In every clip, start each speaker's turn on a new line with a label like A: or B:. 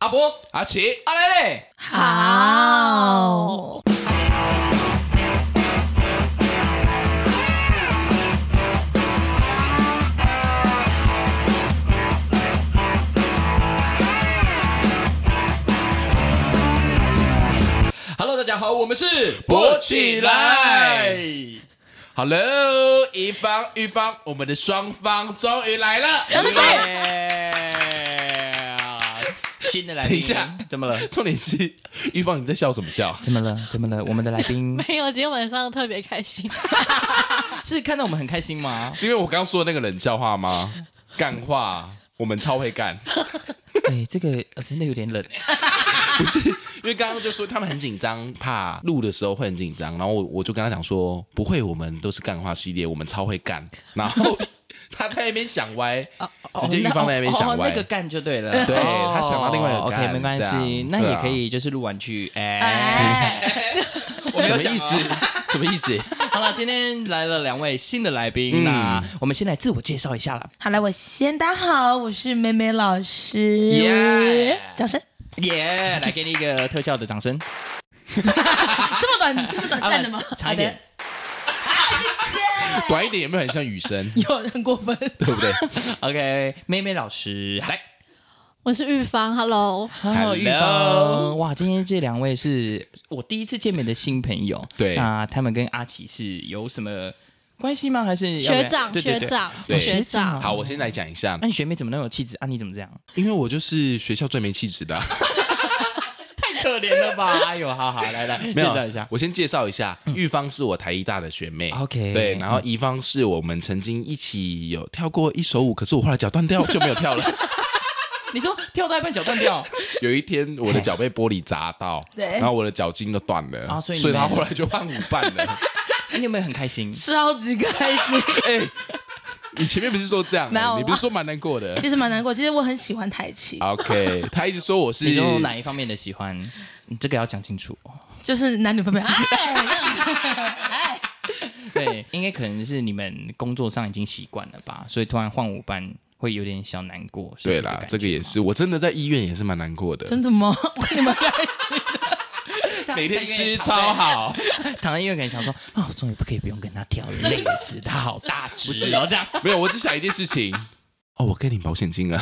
A: 阿伯、阿奇、阿来嘞，
B: 好，
A: Hello，大家好，我们是
C: 勃起来。
A: Hello，一方一方，我们的双方终于来了。
B: 真的假的
C: 耶！新的来宾，
A: 等一下
C: 怎么了？
A: 重点是，玉芳，你在笑什么笑？
C: 怎么了？怎么了？我们的来 宾
B: 没有，今天晚上特别开心。
C: 是看到我们很开心吗？
A: 是因为我刚说的那个冷笑话吗？干话，我们超会干。
C: 哎，这个呃真的有点冷。
A: 因为刚刚就说他们很紧张，怕录的时候会很紧张，然后我我就跟他讲说，不会，我们都是干话系列，我们超会干。然后 他在那边想歪，直接预防在那边
C: 哦
A: 想
C: 哦
A: 歪。
C: 那个干就对了。
A: 对
C: 哦
A: 他想到另外一个干
C: OK，没关
A: 这
C: 系，
A: 样
C: 那
A: 对
C: 也
A: 啊
C: 可以，就是录完去。哎，
B: 哎，
A: 我没
C: 什
A: 有
C: 么
A: 讲
C: 意
A: 啊
C: 思？ 什么意思？哦好了，今天来了两位新的来宾，
A: 嗯
C: 那我们先来自我介绍一下啦。
B: 好了，我先，大家好，我是美美老师
C: Yeah
B: 掌声，
C: 耶，来给你一个特效的掌声。
B: 这么短，这么短暂的吗
C: 啊？长一点。
B: 好的，谢
A: 短一点有没有很像雨 声？
B: 谢。有很过分，
A: 对不对？
C: OK，妹妹老师来。
B: 我是玉芳，Hello，
C: Hello，
A: Hello
C: 玉芳，哇，今天这两位是我第一次见面的新朋友，
A: 对
C: 那他们跟阿奇是有什么关系吗？还是要不然
B: 学长，
C: 对对
B: 学
C: 对
B: 长，
A: 对
B: 学长，
A: 好，我先来讲一下
C: 那，你学妹怎么那么有气质啊？你怎么这样？
A: 因为我就是学校最没气质 的啊、
C: 太可怜了吧！ 哎呦，好好，来来，
A: 没有啊
C: 介绍一下。嗯
A: 我先介绍一下，玉芳是我台医大的学妹
C: OK 嗯
A: 对，然后怡芳是我们曾经一起有跳过一首舞，可是我后来脚断掉就没有跳了。
C: 你说跳到一半脚断掉
A: 有一天我的脚被玻璃砸 到，
B: 对
A: 然后我的脚筋都断了，
C: 啊所以你
A: 所以
C: 没
A: 他
C: 有
A: 后来就换舞伴 了。
C: 哎你有没有很开心？
B: 超级开心。
A: 哎、你前面不是说这样、
B: 没有
A: 你不是说蛮难过的
B: 其实蛮难过，其实我很喜欢台气，
A: ？OK，他一直说我是
C: 你说哪一方面的喜欢？你这个要讲清楚哦。
B: 就是男女朋友，哎，哎，
C: 对，应该可能是你们工作上已经习惯了吧，所以突然换舞伴会有点小难过。是
A: 对
C: 个
A: 啦，
C: 感
A: 这个
C: 觉
A: 也
C: 吗
A: 是，我真的在医院也是蛮难过的，
B: 真的 吗？为你们开心
A: 每天吃超好，
C: 躺在医院可能想说，啊、我终于不可以不用跟他跳了，累死他，好大只，不哦是然后这样，
A: 没有，我只想一件事 情，哦，我给你保险金了。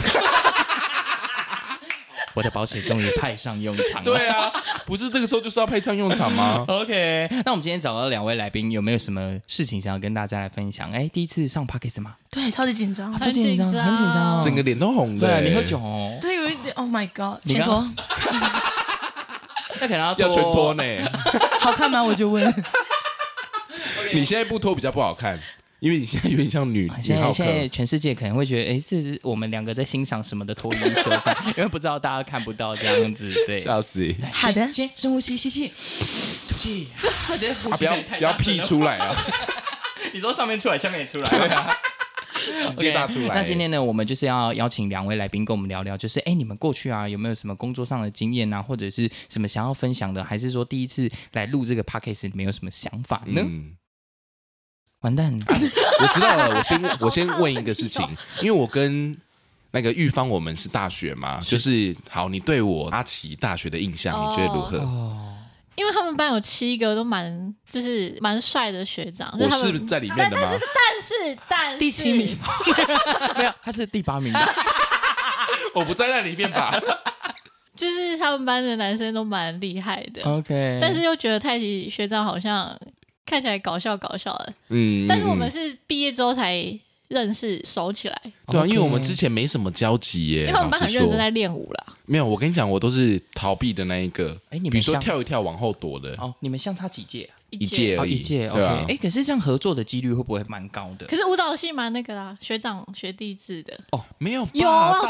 C: 我的保险终于派上用场了。？
A: 对啊，不是这个时候就是要派上用场吗
C: OK，那我们今天找到两位来宾，有没有什么事情想要跟大家来分享？哎，第一次上 Pockets 吗？
B: 对，超级紧张
C: 啊，，超紧张，
B: 很
C: 很紧张哦，
A: 整个脸都红了、
C: 对啊，你喝
A: 欸
C: 酒哦，
B: 对，有一点，Oh my God，
C: 你
B: 前
C: 刚
B: 头
C: 那可能要
A: 要全脱
C: 脱
A: 呢？
B: 好看吗？我就问，
A: 你现在不脱比较不好看，因为你现在有点像女
C: 啊
A: 女
C: 现在
A: 浩
C: 现
A: 克
C: 在。全世界可能会觉得，哎，是我们两个在欣赏什么的脱衣秀这样，因为不知道大家看不到这样子，对。
A: 笑死！
B: 好的
C: 先先深呼吸，吸气，吐气， 直接呼
A: 啊、不
C: 吸
A: 要
C: 声音太大声了，
A: 不要屁出来 啊！
C: 你说上面出来，下面也出来，对 啊，
A: 直接大出来
C: 那今天呢，我们就是要邀请两位来宾跟我们聊聊，就是哎，你们过去啊有没有什么工作上的经验啊，或者是什么想要分享的，还是说第一次来录这个 podcast 你们有什么想法呢？
A: 嗯，
C: 完蛋，
A: 我知道了。我先我先问一个事
C: 哦
A: 情，因为我跟那个玉芳我们是大学嘛，就是好，你对我阿奇大学的印象你
D: 哦
A: 觉得如何？
C: 哦，
D: 因为他们班有七个都蛮就是蛮帅的学长，
A: 我
D: 就哦他
A: 是
D: 们
A: 在里面的吗？
D: 但是但是
B: 第七名，
C: 没有，他是第八名 的，
A: 我不在那里面 吧？
D: 就是他们班的男生都蛮厉害的，
A: 哦
C: OK，
D: 但是又觉得太极学长好像看起来搞笑搞笑的，
A: 嗯，
D: 但是我
A: 嗯
D: 们
A: 嗯
D: 是毕业之后才认识熟起来，
A: 对啊，因为我们
C: OK
A: 之前没什么交集耶。
D: 哦因为他们班
A: 老
D: 很
A: 实
D: 认真
A: 说
D: 在练舞啦。
A: 没有，我跟你讲，我都是逃避的那一个。
C: 哎你们
A: 比如说
C: 像
A: 跳一跳往后躲的，
C: 哦，你们相差几届啊？
A: 一届
C: 哦，
A: 而已，
C: 一届
A: 对
C: OK，
A: 啊
C: 哎，可是这样合作的几率会不会蛮高的
D: 可？是舞蹈系蛮那个啦，学长学弟制的
A: 没有吧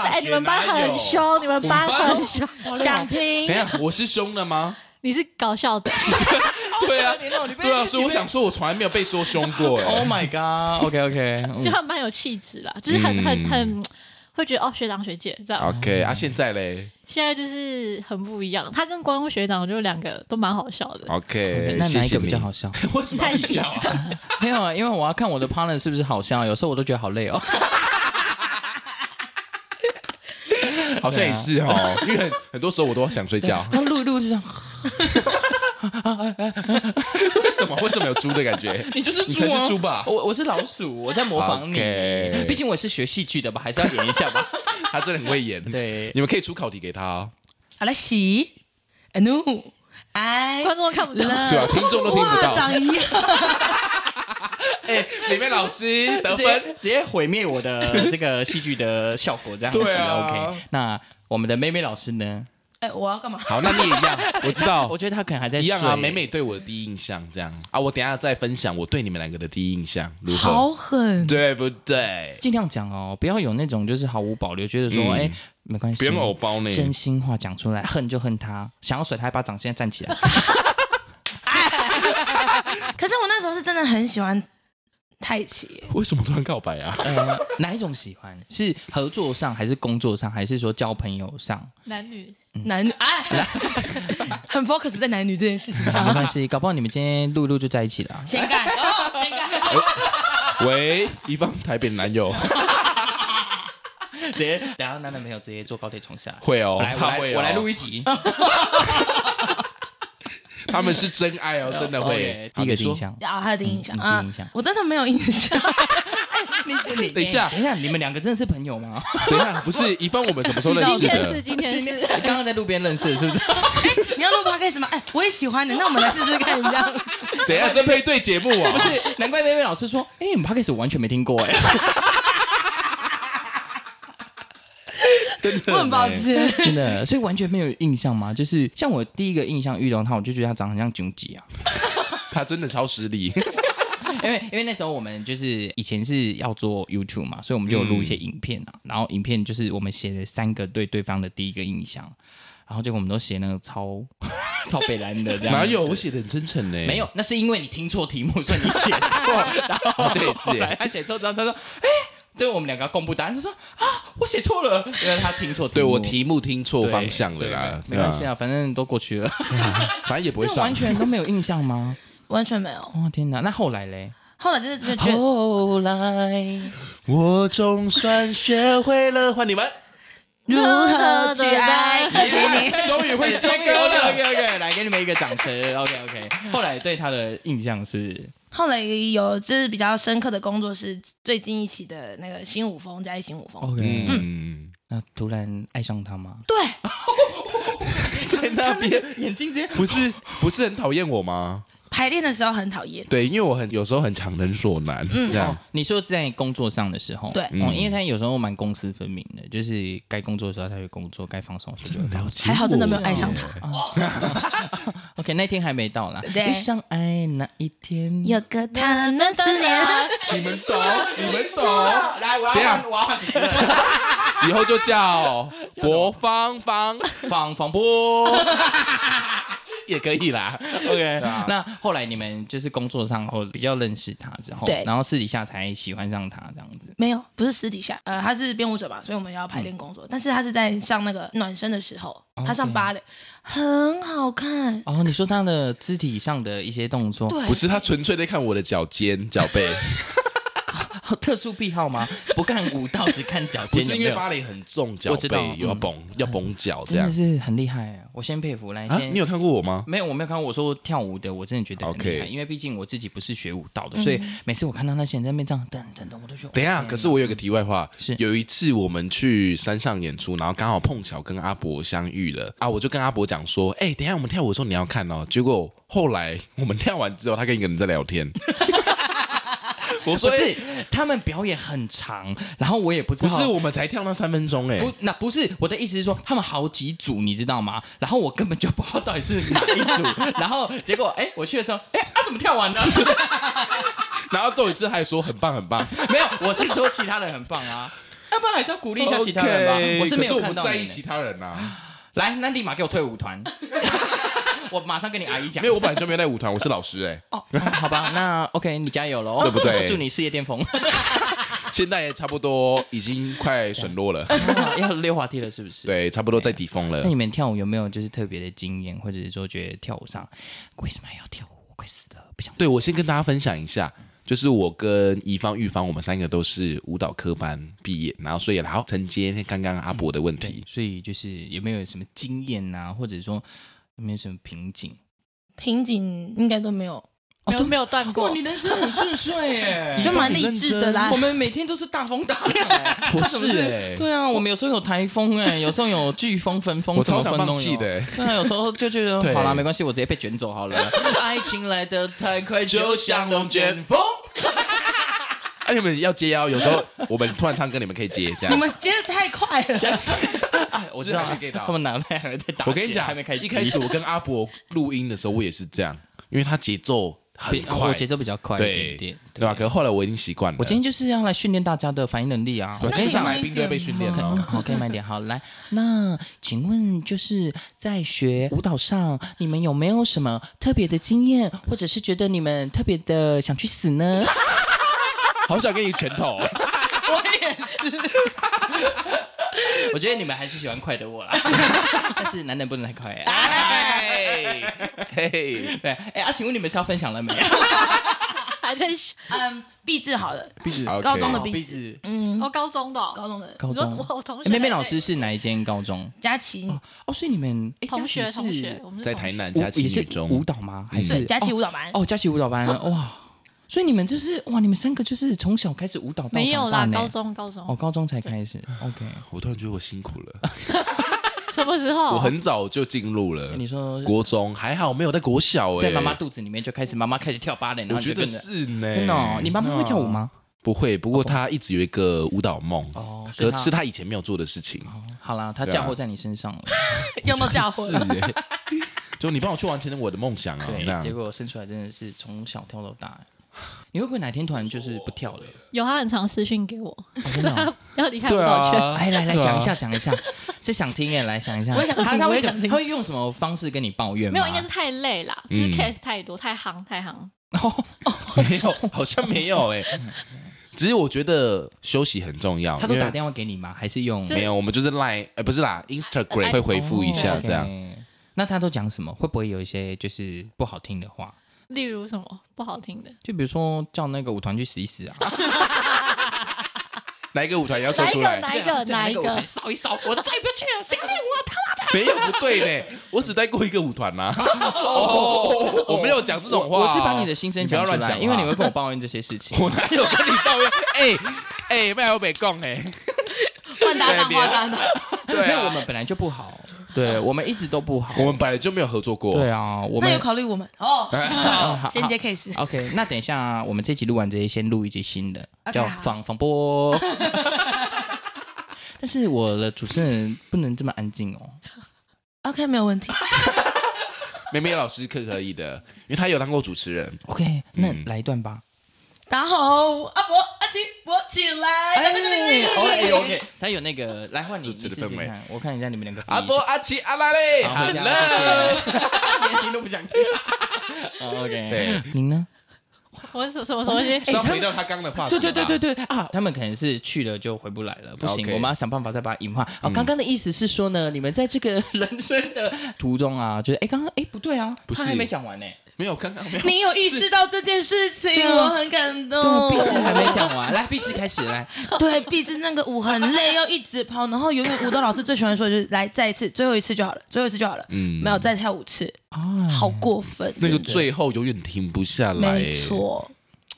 D: 哎、你们班很。
A: 哦大学哪有
D: 凶，你们班很凶，想
A: 等一
D: 听？
A: 下，我是凶的 吗？
D: 你是搞笑的，
A: 对
D: 哦
A: 啊，
C: 你被
A: 对啊，所以我想说，我从来没有被说凶过
C: ，Oh
A: 哎。
C: my 嗯 God，OK OK，
D: 就他们班有气质啦，就是很
A: 嗯
D: 很很会觉得哦，学长学姐这样。
A: OK，啊，现在嘞
D: 现在就是很不一样，他跟关公学长就两个都蛮好笑的。
A: ，OK，
C: 那
A: 谢
C: 哪一
A: 谢
C: 个
A: 你
C: 比较？好笑？
A: 为什么要笑啊？
C: 没有，啊，因为我要看我的 partner 是不是好笑，有时候我都觉得好累哦。
A: 好像也是哦，因为很很多时候我都想睡觉。
C: 他录一录就这样，
A: 为什么？为什么有猪的感 觉？
C: 你就是
A: 你才是猪啊吧
C: 我我是老 鼠，我在模仿你
A: OK。
C: 毕竟我是学戏剧的吧，还是要演一 下吧。
A: 他真的很会演。，
C: 对，
A: 你们可以出考题给他哦。
B: 好了，洗，no，哎，
D: 观众都看不到。
C: 嗯
A: 对啊，听众都听不
B: 哇，
A: 到。
B: 长一样，
A: 哎，里面老 师得
C: 直
A: 分。
C: 接直接毁灭我的这个戏剧的效果，这样子。
A: 对啊
C: OK，那我们的妹妹老师呢？
B: 哎，我要干嘛？
A: 好，那你也一 样，我知道
C: 我，觉得她可能还在
A: 一样啊。
C: 睡
A: 美美对我的第一印象这样啊，我等一下再分享我对你们两个的第一印象如何，
B: 好狠，
A: 对不对？
C: 尽量讲哦，不要有那种就是毫无保留，觉得说
A: 嗯
C: 哎、没关系，
A: 别偶包呢，
C: 真心话讲出来，恨就恨他，想要甩他一巴掌，现在 站起来。
B: 可是我那时候是真的很喜欢太奇，
A: 为什么突然告白 啊？
C: 呃，哪一种喜欢？是合作上，还是工作上，还是说交朋友 上？
D: 男女
B: 男女哎，很 focus 在男女这件事情
C: 啊没
B: 上，
C: 关系，搞不好你们今天录一录就在一起了啊。
B: 先干，哦，先干，
A: 喂，一方台北男友
C: 直 接，然后男男朋友直接坐高铁冲下来。
A: 会哦
C: 来，，我
A: 他会哦
C: 来，我来录一集。
A: 他们是真爱哦，真的会
C: OK，。第
A: 好
C: 一个
A: 你说
C: 印象。
B: 啊，他的第一印象
C: 嗯
B: 啊
C: 第一印象，
B: 我真的没有印象，
C: 你你
A: 等一下
C: 等一下，你们两个真的是朋友吗？
A: 等一下，不是一方，我们什么时候认
D: 今
A: 识
D: 天是
A: 的？
D: 今天是，
C: 刚刚在路边认识的，是不是？
B: 你要录 podcast 吗？哎，我也喜欢的，那我们来试试看，这样子。
A: 等一下，这配 对节目啊，
C: 不是，难怪妹妹老师说，哎、你们 podcast 我完全没听过哎、
A: 真的
B: 我很抱
A: 呢。
B: 歉，
C: 真的，所以完全没有印象吗？就是像我第一个印象遇到他，我就觉得他长得很像囧吉啊，
A: 他真的超实力，
C: 因为因为那时候我们就是以前是要做 YouTube 嘛，所以我们就有录一
A: 嗯
C: 些影片啊，然后影片就是我们写了三个对对方的第一个印象，然后结果我们都写那个超 超北蓝的这样，
A: 哪有我？写的很真诚呢？
C: 没有，那是因为你听错题目，所以 你写错，然后
A: 哦这也是
C: 后 来他写错之后，他说：“哎、对我们两个要公布答案。”他说：“啊，我写错了，因为他听错题
A: 对
C: 目
A: 我题目听错
C: 对
A: 方向了啦，
C: 对没没关系
A: 啊，
C: 啊，反正都过去了。
A: 反正也不会
C: 这
A: 上
C: 完。全都没有印象吗？
B: 完全没有。
C: 哦天哪！那后来嘞？
B: 后来就是就觉得
C: 后 来
A: 我总算学会了，换你们，
B: 如何去爱，可 给你。
A: 终于会接
C: ，OK
A: 歌
C: OK
A: 了。
C: OK，来给你们一个掌声，OK OK。后来对他的印象是，
B: 后来有就是比较深刻的工作是最近一期的那个新舞风加一新舞风。
C: 嗯，
A: 嗯，
C: 那突然爱上他吗？
B: 对，
A: 在那边
C: 眼睛直接
A: 不是不是很讨厌我吗？
B: 排练的时候很讨厌，
A: 对，因为我很有时候很强人所难，这样
C: 哦，你说在工作上的时候，
B: 对
C: 哦，
A: 嗯
C: 因为他有时候蛮公私分明的，就是该工作的时候他会工作，该放松的 时候就会放
A: 了解
B: 还好真的没有爱上他。
C: 松。OK，那天还没到啦，
B: 对
C: 遇上爱那一 天，
B: 有个他能思念，
A: 你们熟，你们熟，
C: 来，我
A: 等一下
C: 我要换主持人，
A: 以后就 叫哦博芳芳，
C: 放 放波。
A: 也可以啦。
C: OK，
A: 啊
C: 那后来你们就是工作上后比较认识他之后，
B: 对
C: 然后私底下才喜欢上他这样子。
B: 没有，不是私底下，呃，他是编舞者嘛，所以我们要排练工
C: 嗯
B: 作。但是他是在上那个暖身的时候，他上芭蕾，很好看。
C: 哦，你说他的肢体上的一些动作，
B: 对，
A: 不是他纯粹在看我的脚尖、脚背，
C: 哦 特殊癖好吗？不看舞蹈，只看脚
A: 不
C: 尖，
A: 是
C: 有
A: 因
C: 没
A: 为
C: 有
A: 芭蕾很重，脚
C: 我知道
A: 背有要
C: 嗯
A: 绷，要绷脚这
C: 真
A: 样
C: 的是很厉害啊！我先佩服，来
A: 啊。
C: 先
A: 你有看过我吗？
C: 没有，我没有看过。我说跳舞的，我真的觉得很厉害
A: OK
C: 因为毕竟我自己不是学舞蹈的，所以每次我看到那些人在那边这样等等等，我都觉得
A: 等一下，可是我有个题外话，
C: 是
A: 有一次我们去山上演出，然后刚好碰巧跟阿伯相遇了啊，我就跟阿伯讲说，哎、等一下我们跳舞的时候你要看哦。结果后来我们跳完之后，他跟一个人在聊 天。我说
C: 不
A: 欸
C: 是他们表演很长，然后我也不知
A: 不
C: 道
A: 是我们才跳那三分钟哎、
C: 不，那不是我的意思是说，他们好几组，你知道吗？然后我根本就不知道到底是哪一组，然后结果哎、我去的时候，哎、他、怎么跳完的？
A: 然后窦宇志还说很棒很 棒，
C: 没有，我是说其他人很棒啊，要不然还是要鼓励一下其他人吧。
A: OK，
C: 我是没
A: 可
C: 有
A: 我
C: 看
A: 不
C: 到
A: 在
C: 你
A: 意
C: 呢
A: 其他人啊，
C: 来，那立马给我退舞团， 我马上跟你阿姨讲。
A: 没有，我本来就没有在舞团，我是老师哎、
C: 哦，哦好吧，那 OK，你加油喽，
A: 对不对
C: 祝你事业巅峰。
A: 现在也差不多已经快损落
C: 哎
A: 了，
C: 要溜滑梯了，是不 是？。
A: 对，差不多在底峰了
C: 那。你们跳舞有没有就是特别的经验，或者是说觉得跳舞上为什么要跳舞？我快死了，不想。
A: 对，我先跟大家分享一下，就是我跟怡芳、玉芳，我们三个都是舞蹈科班毕业，然后所以然后承接刚刚阿伯的问
C: 对
A: 题，，
C: 所以就是有没有什么经验呐、或者说有没有什么瓶颈？
B: 瓶颈应该都没有，
D: 没有没有断过
C: 哦哇，你，人生很顺遂 耶！
B: 就蛮励志的啦
C: 我。们每天都是大风大浪、欸，
A: 不 是欸
C: 对啊，我们有时候有台风哎、有时候有飓风、风风，
A: 我
C: 什
A: 超
C: 么
A: 想
C: 风都
A: 放
C: 有
A: 弃的、欸。
C: 对啊，有时候就觉得
A: 对
C: 好啦，没关系，我直接被卷走好了。 爱情来得太快，就像龙卷风。
A: 风。 哎、你们要接腰，有时候我们突然唱歌，你们可以接这
B: 你
A: 样。
B: 们接的太快 了，
C: 哎 我知道
A: 是还是可以打
C: 他们脑袋还在打结，
A: 我跟你讲，
C: 还没开机
A: 一开始我跟阿伯录音的时候，我也是这样，因为他节奏 很
C: 比
A: 快，
C: 哦我节奏比较快啊一
A: 对
C: 点点。
A: 对吧？啊可是后来我已经习惯了。
C: 我今天就是要来训练大家的反应能力啊！
A: 我
C: 我
A: 今天
C: 今天
A: 想
C: 想
A: 来宾都会被训练
C: 嗯，
A: 了。
C: 好，可以慢一点。好，来，那请问就是在学舞蹈上，你们有没有什么特别的经验，或者是觉得你们特别的想去死呢？
A: 好想给你拳头，
C: 我觉得你们还是喜欢快的我啦， 但是男人不能太快、哎
A: 嘿，
C: 对，哎、啊，请问你们是要分享了没？啊
D: 还在想
B: 嗯，壁纸好了，
A: 毕竟
B: 高中的
C: 鼻
B: 壁纸，
C: 子。
B: 嗯，
D: 哦，高中的哦
B: 高中的
C: 高
D: 你说
C: 中哎
D: 我同学
C: 妹妹老师是哪一间高中？
B: 佳琪，
C: 哦，所以你们哎
D: 同学
C: 佳琪
D: 同
C: 是
D: 学，我们是
A: 在
D: 同
A: 台
D: 学
A: 南
C: 舞
A: 佳琪
C: 也
A: 女
C: 是舞
A: 中，嗯
C: 蹈吗？还是
B: 对，佳琪
C: 哦
B: 舞蹈班，
C: 哦，佳琪舞蹈班哇！所以你们就是哇，你们三个就是从小开始舞蹈到
D: 没有
C: 长大
D: 啦，
C: 呢
D: 高中高中
C: 哦，高中才开始。OK，
A: 我突然觉得我辛苦了。
D: 什么时候？
A: 我很早就进入了
C: 那哦你说
A: 国中，还好没有在国小哎、
C: 在妈妈肚子里面就开始，妈妈开始跳芭蕾，然后
A: 我
C: 你
A: 觉
C: 就
A: 得
C: 跟着。
A: 是哎呢。
C: 真的哦，你妈妈会跳舞吗？
A: 不会，不过她一直有一个舞蹈梦，
C: 哦，所以
A: 可
C: 她
A: 是她以前没有做的事情。
C: 好啦，她
A: 对啊
C: 嫁祸在你身上了，
B: 有没有嫁祸
A: 是？欸 就你帮我去完成了我的梦想啊！这
C: 对，结
A: 样
C: 果生出来真的是从小跳到大。你会不会哪天突然就是不跳了？
D: 有他很常私讯给我，
C: 哦真的哦。
D: 要离开舞
A: 对
D: 蹈 圈。
A: 啊，
C: 哎，来来
A: 对啊
C: 讲一下，讲一下， 这想听耶，来想一下。
B: 我也想听
C: 他他
B: 我
C: 会
B: 也
C: 怎
B: 想
C: 么
B: 听
C: 他会用什么方式跟你抱怨吗？
D: 没有，应该是太累啦，就是
A: 嗯
D: case 太多，太行太行。
A: 没有，好像没有哎、只是我觉得休息很重要，
C: 他都
A: 因为
C: 打电话给你吗？还是用
D: 就
A: 没有，我们就是 Line，呃，不是啦，Instagram
D: 哎
A: 会回复一下
D: 哦
A: 这样。
C: 样？那他都讲什么？会不会有一些就是不好听的话？
D: 例如什么不好听的，
C: 就比如说叫那个舞团去死一死啊，
A: 哪一个舞团也要说
D: 哪一
A: 出
D: 个
A: 来？
D: 哪一
C: 对
D: 个
C: 啊叫
D: 哪
C: 那
D: 一
C: 个舞
D: 个
C: 团？烧一烧，我再也不要去了，谁要练舞啊？他
A: 没有不对嘞，我只带过一个舞团 呐、哦，我没有讲这种话、
C: 我是把你的心声
A: 你不要
C: 讲出
A: 乱
C: 来，
A: 讲，。
C: 因为你 会跟我抱怨这些事情
A: 我哪有跟你抱怨？哎哎，麦有北贡哎，
D: 啊
B: 换搭
A: 对
B: 档，
A: 别
B: 换搭档，
A: 对啊
C: 没有，我们本来就不好， 对我们一直都不好。
A: 我们本来就没有合作过。
C: 对啊，我
B: 那有
C: 们
B: 考虑我们哦，
C: 啊好
B: 先接 case，
C: OK，那等一下，我们这集录完这些，先录一集新的，
B: OK，
C: 叫
B: 好
C: 仿仿播。 但是我的主持人不能这么安静哦。
B: OK，没有问题。
A: 妹妹老师可可以的，因为她有当过主持人。
C: OK，那
A: 嗯
C: 来一段吧。
B: 大家好，阿伯、阿奇，我起来，掌声鼓励
C: 哦哎 OK，他有那个来换你
A: 主持的
C: 你试试
A: 氛围啊
C: 看我看一下你们两个比
A: 阿波、阿奇、阿拉嘞
C: 好，回家
A: ，Hello，
C: 谢谢 连听都 不想听。哦 OK，
A: 对，
C: 您呢？
D: 我什什么什么东西？
A: 稍回到哎他刚的话题
C: 对
A: 吧，
C: 对对对对啊！他们可能是去了就回不来了，不行
A: OK
C: 我们要想办法再把它引化。哦，刚刚的意思是说呢，你们在这个人生的途中啊，就是哎，刚刚哎不对啊，
A: 不是
C: 他还没讲完呢，
A: 没有刚刚没有。
B: 你有意识到这件事情，
C: 对啊
B: 我很感动。
C: 对，壁纸还没讲完，来，壁纸开始来，
B: 对，毕竟那个舞很累，要一直跑，然后永远舞蹈老师最喜欢说的就是来再一次，最后一次就好了，最后一次就好了，
A: 嗯
B: 没有再跳五次，
C: 啊
B: 好过分，
A: 那个最后永远停不下来，
B: 没，错，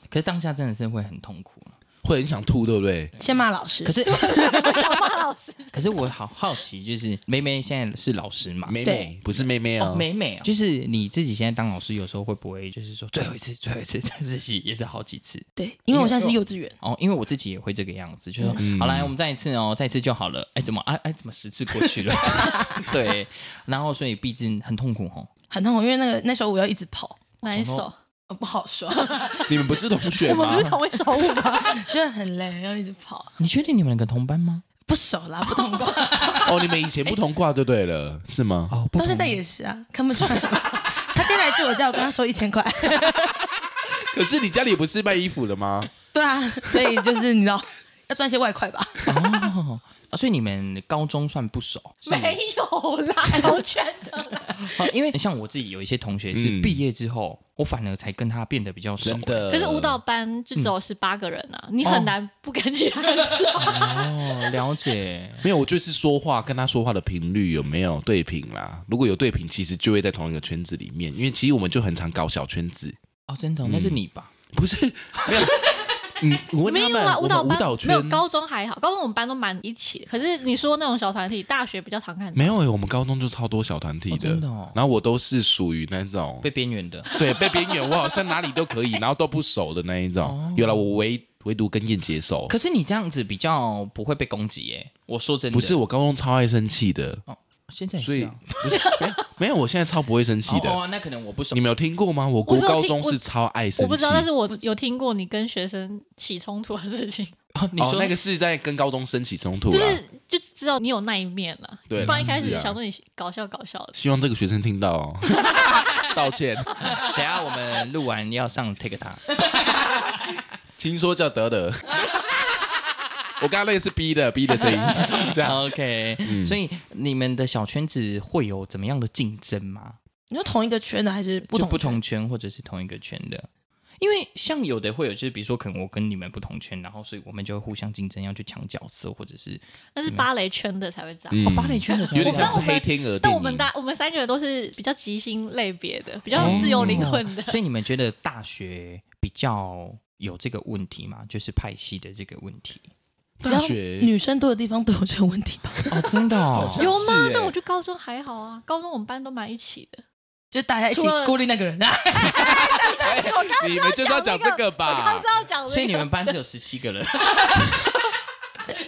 C: 可是当下真的是会很痛苦了
A: 会很想吐，对不对？
B: 先骂老师
C: 可，是，
D: 小马老师，
C: 可是我好好奇，就是妹妹现在是老师嘛？
A: 妹妹
B: 对
A: 不是妹妹
C: 哦，
A: 哦，
C: 妹妹、啊，就是你自己现在当老师，有时候会不会就是说最后一次，最后一次，但自己也是好几次
B: 对，因为我现在是幼稚园，
C: 哦。因为我自己也会这个样子，就说、
A: 嗯
C: 好来，我们再一次哦，再一次就好了。哎，怎么哎哎，怎么十次过去了？ 对，然后所以毕竟很痛苦哦。
B: 很痛苦，因为那个那时候我要一直跑，
D: 哪一首？
B: 呃不好说，
A: 你们不是同学
D: 我们
A: 吗
D: 不？是同一首舞吗？
B: 就很累，要一直跑，
C: 你确定你们两个同班吗？
B: 不熟 啦，不通过，
A: 哦，你们以前不同挂就对了，是吗？
C: 哦，不
B: 到现在也是啊，看不出来。他今天来住我家，我跟他收一千块。
A: 可是你家里不是卖衣服的吗？
B: 对啊，所以就是你知道， 要赚些外快吧？
C: 哦、啊所以你们高中算不熟，是
D: 没有啦，我觉得
C: 好因为像我自己有一些同学是
A: 嗯
C: 毕业之后，我反而才跟他变得比较熟
A: 真。的。
D: 可是舞蹈班就只有十八个人啊，
A: 嗯
D: 你很难不跟其他人说。
C: 哦，了解。
A: 没有，我就是说话跟他说话的频率有没有对频啦？如果有对频，其实就会在同一个圈子里面，因为其实我们就很常搞小圈子，
C: 哦，真的哦，那
A: 嗯
C: 是你吧？
A: 不是 没有。嗯，我问
D: 没
A: 他
D: 有
A: 们，
D: 啊，
A: 我
D: 蹈
A: 们
D: 班
A: 舞蹈
D: 没有，
A: 圈
D: 高中还好，高中我们班都蛮一起的。可是你说那种小团体，大学比较常看到。
A: 没有、欸，我们高中就超多小团体
C: 哦
A: 的，
C: 真的哦
A: 然后我都是属于那种
C: 被边缘的。
A: 对被边缘，我好像哪里都可以，然后都不熟的那一种。有了，我唯唯独跟燕姐熟，
C: 哦可是你这样子比较不会被攻击耶。我说真的，
A: 不是我高中超爱生气的，
C: 现在也
A: 所
C: 是
A: 以
C: 啊
A: 不是 没有没有，我现在超不会生气的。
C: 哦哦，那可能我不熟
A: 你。们有听过吗？我国
D: 我知道
A: 高
D: 听
A: 中
D: 我
A: 是超爱生气，
D: 我不知道，但是我有听过你跟学生起冲突的事情，
C: 哦，你
A: 哦
C: 说，
A: 那个是在跟高中升起冲突
D: 就
A: 啦。
D: 是就知道你有那一面了。
A: 啊对
D: 不然一开始
A: 是啊
D: 想说你搞笑搞笑的，
A: 希望这个学生听到、 哦， 道歉。
C: 等一下我们录完要上 take 他。
A: 听说叫德德，我刚刚那个是 B 的 B 的声音，这样
C: OK，、
A: 嗯
C: 所以你们的小圈子会有怎么样的竞争吗？
B: 你说同一个圈的还是不
C: 就
B: 同
C: 不同
B: 圈？
C: 圈或者是同一个圈的？因为像有的会有，就是比如说可能我跟你们不同圈，然后所以我们就会互相竞争，要去抢角色，或者是、
D: 那是芭蕾圈的才会这样。
A: 嗯
C: 哦芭蕾圈的才
A: 有
C: 会
A: 点
C: 这
A: 像
C: 样
A: 是黑天鹅电
D: 但
A: 影。
D: 我们大我们三个人都是比较即兴类别的，比较自由灵魂的。
C: 所以你们觉得大学比较有这个问题吗？就是派系的这个问题？
B: 只要
A: 大学
B: 女生多的地方都有这个问题吧？
C: 哦，真的
A: 哦
D: 有
A: 是
D: 吗
A: 欸？
D: 但我觉得高中还好啊，高中我们班都蛮一起的。
B: 就大家一起
D: 除了
B: 孤立那个人啊，
A: 你们就是要讲这个
D: 我刚
A: 吧
D: 刚知？道讲这个，
C: 所以你们班只有十七个人，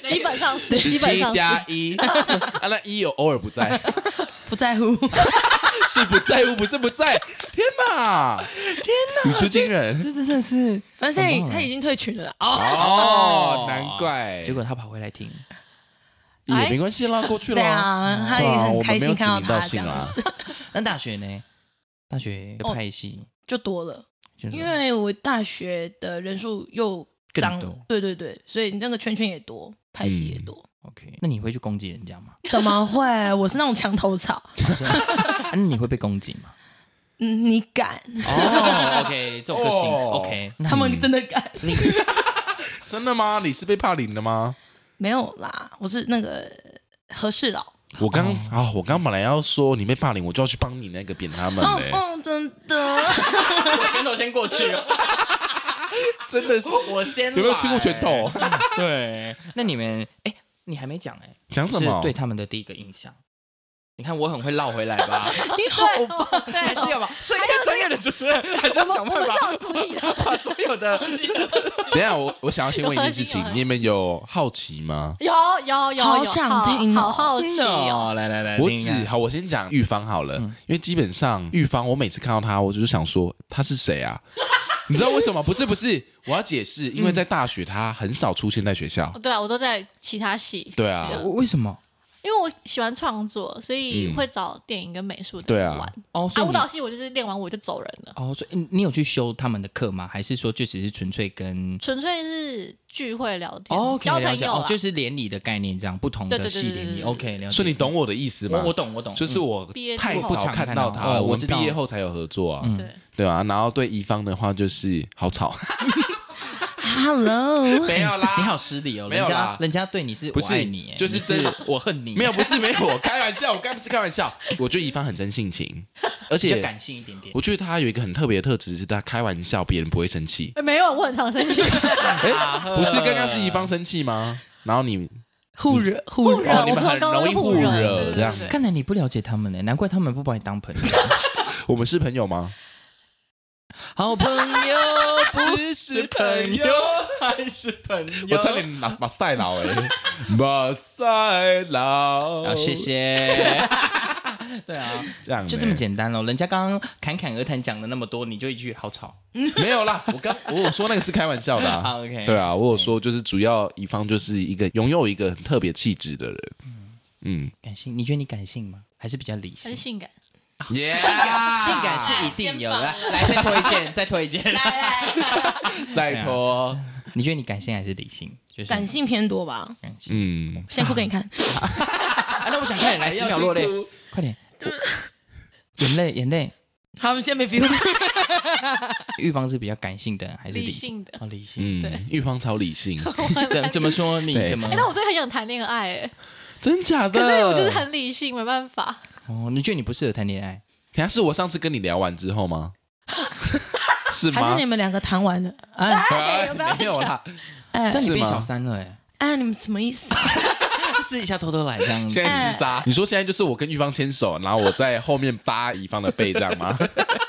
D: 基本上是
A: 十
D: 基本
A: 七
D: 上是
A: 加一啊，那一有偶尔不在，
B: 不在乎。
A: 是不在乎，不是不在。天哪，天哪，语出惊人
C: 这真的是
B: 反正现在
C: 很
B: 已
C: 棒啊
B: 他已经退群了啦
A: 啊哦，
B: 哦，
A: 难怪。
C: 结果他跑回来听，
A: 也没关系啦，过去
B: 对
A: 啦。
B: 啊，他
A: 对
B: 也
A: 啊，
B: 很
A: 我
B: 开
A: 们没有
B: 心
A: 指
B: 看到
A: 名道
B: 他这
A: 姓啊
B: 样
A: 啦。
C: 那大学呢？大学的派系、
B: 就多了。
C: 就是
B: 因为我大学的人数又
C: 更
B: 脏
C: 多，
B: 对对对，所以你那个圈圈也多，派系
A: 嗯
B: 也多。
C: OK，那你会去攻击人家吗？
B: 怎么会？我是那种墙头草，
C: 啊、那你会被攻击吗？
B: 嗯，你敢？
C: 哦，OK，这种个性
A: 哦
C: OK，
B: 他们真的敢？
C: 你
A: 真的吗？你是被霸凌的吗？
B: 没有啦，我是那个和事佬。
A: 我刚啊、我刚本来要说你被霸凌，我就要去帮你那个扁他们
B: 哦
A: 嘞、
B: 哦，真的，
C: 我拳头先过去 哦，
A: 真的是
C: 我先来？
A: 有没有吃过拳头？
C: 对，那你们哎、你还没讲哎、
A: 讲什
C: 是
A: 么？
C: 对他们的第一个印象。你看我很会绕回来吧？
B: 你 好棒，
D: 对
C: 还是要吧？是一个专业的主持人，还是要 想办法
D: 注意的。
C: 把所有的哦
A: 等一下我我想要先问一件事
D: 有啊
A: 情，
D: 有
A: 你们有好奇吗？
D: 有有有，
B: 好
D: 有
B: 想听哦
D: 好好
C: 真
D: 奇
C: 的
D: 哦。
C: 哦，来来来，
A: 我
C: 听一
A: 只
C: 下
A: 好，我先讲玉芳好了，
C: 嗯
A: 因为基本上玉芳，我每次看到她，我就是想说她是谁 啊？你知道为什么？不是不是，我要解释，因为在大学她很少出现在学校。
D: 对啊，我都在其他系，
A: 对啊，
C: 为什么？
D: 因为我喜欢创作，所以
A: 嗯
D: 会找电影跟美术的
A: 对
D: 人
A: 啊
D: 玩。
C: 哦，所以
D: 啊，舞
C: 你
D: 蹈系我就是练完我就走人了，
C: 哦，所以你你有去修他们的课吗？还是说就只是纯粹跟
D: 纯粹是聚会聊天、
C: 哦
D: 交朋
C: 了解
D: 友啊
C: 哦，
D: 啦、
C: 就是联谊的概念这样，不同
D: 对
C: 的
D: 对对
C: 系
D: 对
C: 联谊
D: 对对
C: ，OK，了解。
A: 所以你懂我的意思吗？
C: 我，我懂，我懂，
A: 就是
C: 嗯
A: 我
D: 毕业之
A: 太
D: 后
A: 少看到她
C: 哦
A: 了。
C: 我
A: 我
C: 知
A: 们
C: 道
A: 毕业后才有合作啊。
C: 嗯
D: 对。
A: 对啊，然后对乙方的话就是好 吵，
B: ，Hello，
A: 没有
C: 你好失礼哦，
A: 没有
C: 人家
A: 啦
C: 人家对你是
A: 不是
C: 我爱你，哎
A: 就是
C: 你
A: 真
C: 我恨你，
A: 没有，不是没有，我开玩笑，我刚不是开玩笑。我觉得乙方很真性情，而
C: 比较
A: 且
C: 感性一点点。
A: 我觉得他有一个很特别的特质，是他开玩笑别人不会生气。
D: 哎没有，我很常生气，
A: 哎、
C: 啊呵
A: 不是刚刚是乙方生气吗？然后你
B: 互惹互
D: 互
B: 惹，
D: 惹
A: 哦，你们
D: 啊我
A: 很
D: 刚刚
A: 容易
D: 互
A: 互
D: 惹对
A: 惹
D: 对
A: 这样。
D: 对对
C: 看来你不了解他们呢，难怪 他们不把你当朋友。
A: 我们是朋友吗？
C: 好朋友不
A: 只
C: 是朋友，还是朋友。
A: 我差点拿马赛劳 哎，马赛劳。
C: 啊，谢，谢。对啊，
A: 这样欸
C: 就这么简单喽。人家刚刚侃侃而谈讲了那么多，你就一句好吵。
A: 单，没有啦。我刚我有说那个是开玩笑的、啊。
C: 啊 OK，
A: 对啊，我有说就是主要乙方就是一个拥有一个很特别气质的人。嗯，
C: 感性，你觉得你感性吗？还是比较理
D: 还
C: 性
D: 是？性感。
A: 耶，
C: 性感，性感是一定有的。啊来，再推 荐，再推荐。
D: 啊来来，
A: 再拖。
C: 你觉得你感性还是理性？就是
B: 感性偏多吧？
C: 感性。
A: 嗯，
B: 先哭给你看，
A: 哎
C: 啊，那我想快点来十秒落泪，快点。眼泪眼泪，
B: 好，我们现在没 feel。
C: 玉芳是比较感性的还是理
D: 理
C: 性？
D: 性的。
C: 哦，理性。
A: 嗯
D: 对，
A: 玉芳超理性，
C: 怎怎么说？你
A: 对
C: 怎么
D: 哎、？那我最近很想谈恋爱、哎，
A: 嗯真假的？
D: 可是我就是很理性，没办法。
C: 哦，你觉得你不适合谈恋爱？
A: 等一下是我上次跟你聊完之后吗？是
B: 还是
A: 吗
B: 你？们两个谈完了？哎
A: 哎
D: 有没有
A: 没有啦，
B: 哎
C: 这样你
A: 是
C: 变
A: 吗
C: 小三了 哎、啊
B: 哎，你们什么意思？
C: 试一下偷偷来这样子
A: 现。在厮杀。你说现在就是我跟玉芳牵手，然后我在后面扒乙方的背，这样吗？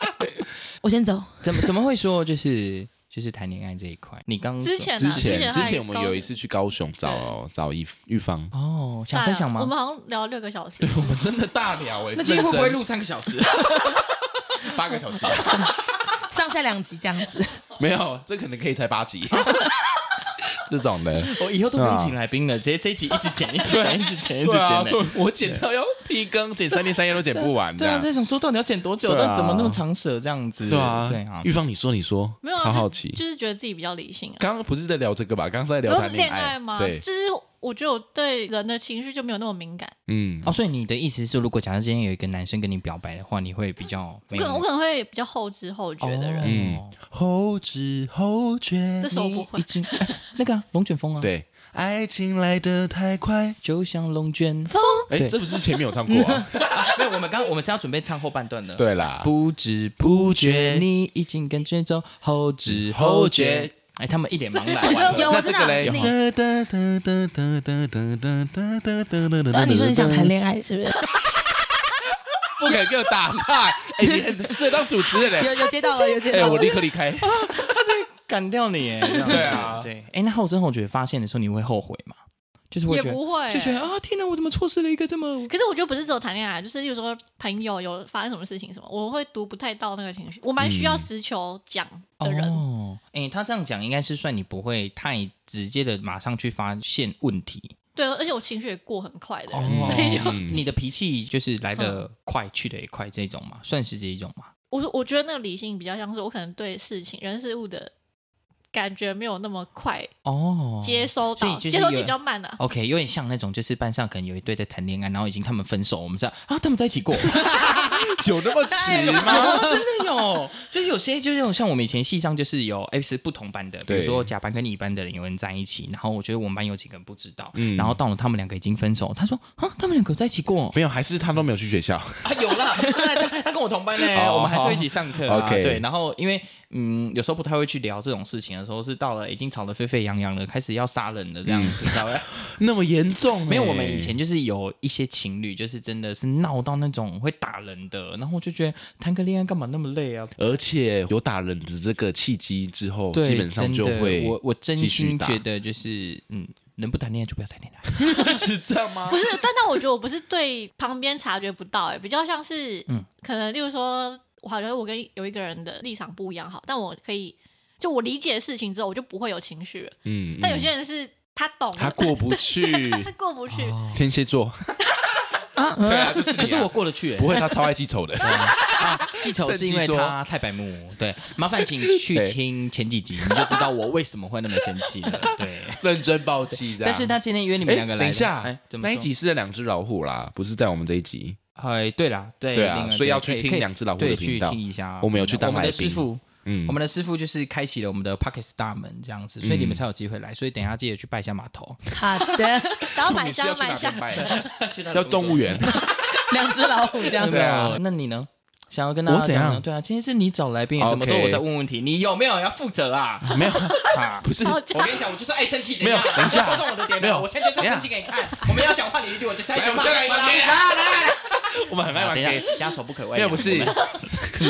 B: 我先走。
C: 怎么怎么会说就是就是谈恋爱这一块？你刚
D: 之前啊
A: 之
D: 之
A: 前
D: 前
A: 之
D: 还
A: 前我们
D: 高
A: 有一次去高雄找找一玉芳，
C: 哦，
D: 大
C: 想分享吗
D: 我？们好像聊了六个小时
A: 对，我们真的大聊哎，
C: 那今天会不会
A: 认
C: 录三个小时？
A: 真八个小时？
B: 上下两集这样子，
A: 没有，这可能可以才八集。这种的，
C: 我以后都不用请来宾了，直接这一集一直剪，一直剪，一直剪，一直
A: 对啊，
C: 剪
A: 就。我剪到要停更，剪三天三夜都剪不完
C: 对
A: 的
C: 啊，。这种说到底要剪多久？
A: 对啊
C: 但怎么那么长舌这样子？
A: 对啊
C: 对啊，
A: 玉芳，你说你说
D: 没有，啊
A: 超好
D: 就
A: 奇。
D: 就是觉得自己比较理性啊。
A: 刚刚不是在聊这个吧？刚刚是在聊
B: 哦
D: 然后
A: 谈
D: 恋
A: 爱
D: 吗？
A: 对，
D: 就是我觉得我对人的情绪就没有那么敏感，
A: 嗯
C: 哦，，所以你的意思是，如果假设今天有一个男生跟你表白的话，你会比较
D: 我
C: 没
D: 可能我
C: 有
D: 可能会比较后知后觉的人。
A: 嗯
C: 哦
A: 后知后觉
D: 这首我不会
C: 你已经 哎那个啊龙卷风啊，，
A: 对，爱情来得太快。
C: 就像龙卷风。
A: 哎，
C: 对
A: 这不是前面有唱过 啊？
C: 没有，我们刚我们是要准备唱后半段的。，
A: 对啦，
C: 不知不觉你已经跟着走，后知后觉。哎，他们一脸茫然完了。
B: 有
A: 那
B: 我
A: 这
B: 知
A: 个
B: 道
A: 嘞
C: 有
B: 你
C: 哈
B: 呃，你说你想谈恋爱是不 是？
A: 不敢给我打岔。哎，你很适合当主持人嘞。
B: 有有接到了，有接
A: 哎，
B: 到了
A: 我。立刻离开。
C: 干掉 你耶！这样子
A: 对啊
C: 对。哎，那后知后觉发现的时候，你会后悔吗？就是会
D: 也
C: 觉得，
D: 不会、
C: 就
A: 哦
C: 觉得啊，天哪，我怎么错失了一个这么……
D: 可是我觉得不是只有谈恋爱，就是例如说朋友有发生什么事情什么，我会读不太到那个情绪，我蛮需要
A: 嗯
D: 直球讲的人。
C: 哦，哎，他这样讲应该是算你不会太直接的马上去发现问题，
D: 对，而且我情绪也过很快的人，
C: 哦
D: 所以就
A: 嗯
C: 你的脾气就是来
D: 嗯
C: 得快去得也快这种嘛，算是这一种嘛。
D: 我说我觉得那个理性比较像是我可能对事情、人事物的感觉没有那么快
C: 哦，
D: 接收
C: 所以
D: 到，
C: 就是
D: 接收器
C: 有
D: 比较慢啊。
C: OK，有点像那种，就是班上可能有一对在谈恋爱，然后已经他们分手，我们知道啊，他们在一起过，
A: 有那么迟吗？
C: 啊 真的有，就是有些就是那种像我们以前系上就是有哎是不同班的，比
A: 对
C: 如说甲班跟乙班的人有人在一起，然后我觉得我们班有几个人不知道，
A: 嗯
C: 然后到了他们两个已经分手，他说啊，他们两个在一起 过
A: 没有，还是他都没有去学校。
C: 啊，有啦，他他 他跟我同班呢、
A: 哦
C: 我们还是会一起上课、啊。
A: OK
C: 对，然后因为嗯，有时候不太会去聊这种事情的时候，是到了已经吵得沸沸扬扬了，开始要杀人了这样子， 稍微、
A: 那么严重欸？
C: 没有，我们以前就是有一些情侣，就是真的是闹到那种会打人的，然后我就觉得谈个恋爱干嘛那么累啊？
A: 而且有打人的这个契机之后，
C: 对，
A: 基本上就
C: 真的
A: 会
C: 我我真
A: 继续
C: 心
A: 打
C: 觉得就是嗯，能不谈恋爱就不要谈恋爱。
A: 是这样吗
D: 不？是，但但我觉得我不是对旁边察觉不到、欸，比较像是，
C: 嗯
D: 可能例如说，我好像我跟有一个人的立场不一样，好，但我可以，就我理解事情之后，我就不会有情绪了。
A: 嗯，
D: 但有些
A: 人
D: 人是他懂，
A: 他过不 去， 哦
D: 他过不去，
A: 天蝎座， 对啊， 就是你啊
C: 可是我过得去、欸，
A: 不会，他超爱记 仇的。
C: 嗯啊 记仇是因为他太白目，对，麻烦请去听前几集，你就知道我为什么会那么生气了。对，
A: 认真暴气 这样。
C: 但是他今天约你
A: 你
C: 们两个来
A: 等一
C: 的，哎
A: 下，
C: 怎么
A: 那
C: 说
A: 一？集是在两只老虎啦，不是在我们这一集。
C: 哎，对啦，对
A: 对啊
C: 另外
A: 所以要
C: 对
A: 去
C: 可以
A: 听两只老虎的
C: 对，
A: 频
C: 去
A: 道
C: 听一下。
A: 我们有去当
C: 我们的
A: 来宾
C: 师傅，
A: 嗯
C: 我，们的师傅就是开启了我们的 Pockets 大门这样子，所以你
A: 嗯
C: 们才有机会来。所以等一下记得去拜一下码头，
B: 好的，
D: 然后
A: 重
D: 买
A: 点是
D: 下
A: 要去
D: 买
A: 哪
D: 下
A: 边，拜？
C: 去 他的
A: 要动物园。
B: 两只老虎这样子
C: 工作。对。啊，那你呢？想要跟大
A: 我
C: 家
A: 怎
C: 讲呢
A: 样
C: 对啊，今天是你找来宾，怎么都
A: OK
C: 我在问问题，你有没有要负责啊？
A: 没有，
C: 啊，
A: 不是
D: 好
C: 我跟你讲，我就是爱生气，怎
A: 没有
C: 样
A: 等一下
C: 你就戳中我的点了，
A: 没有
C: 我现在就是要生气给你看。我们要讲话，你一定我就是要讲
A: 来我
C: 话。
A: 们先来一个
C: 来来来，
A: 我们很爱玩
C: 等
A: gay，
C: 一下，家丑不可外扬。
A: 没有不是
C: 我们，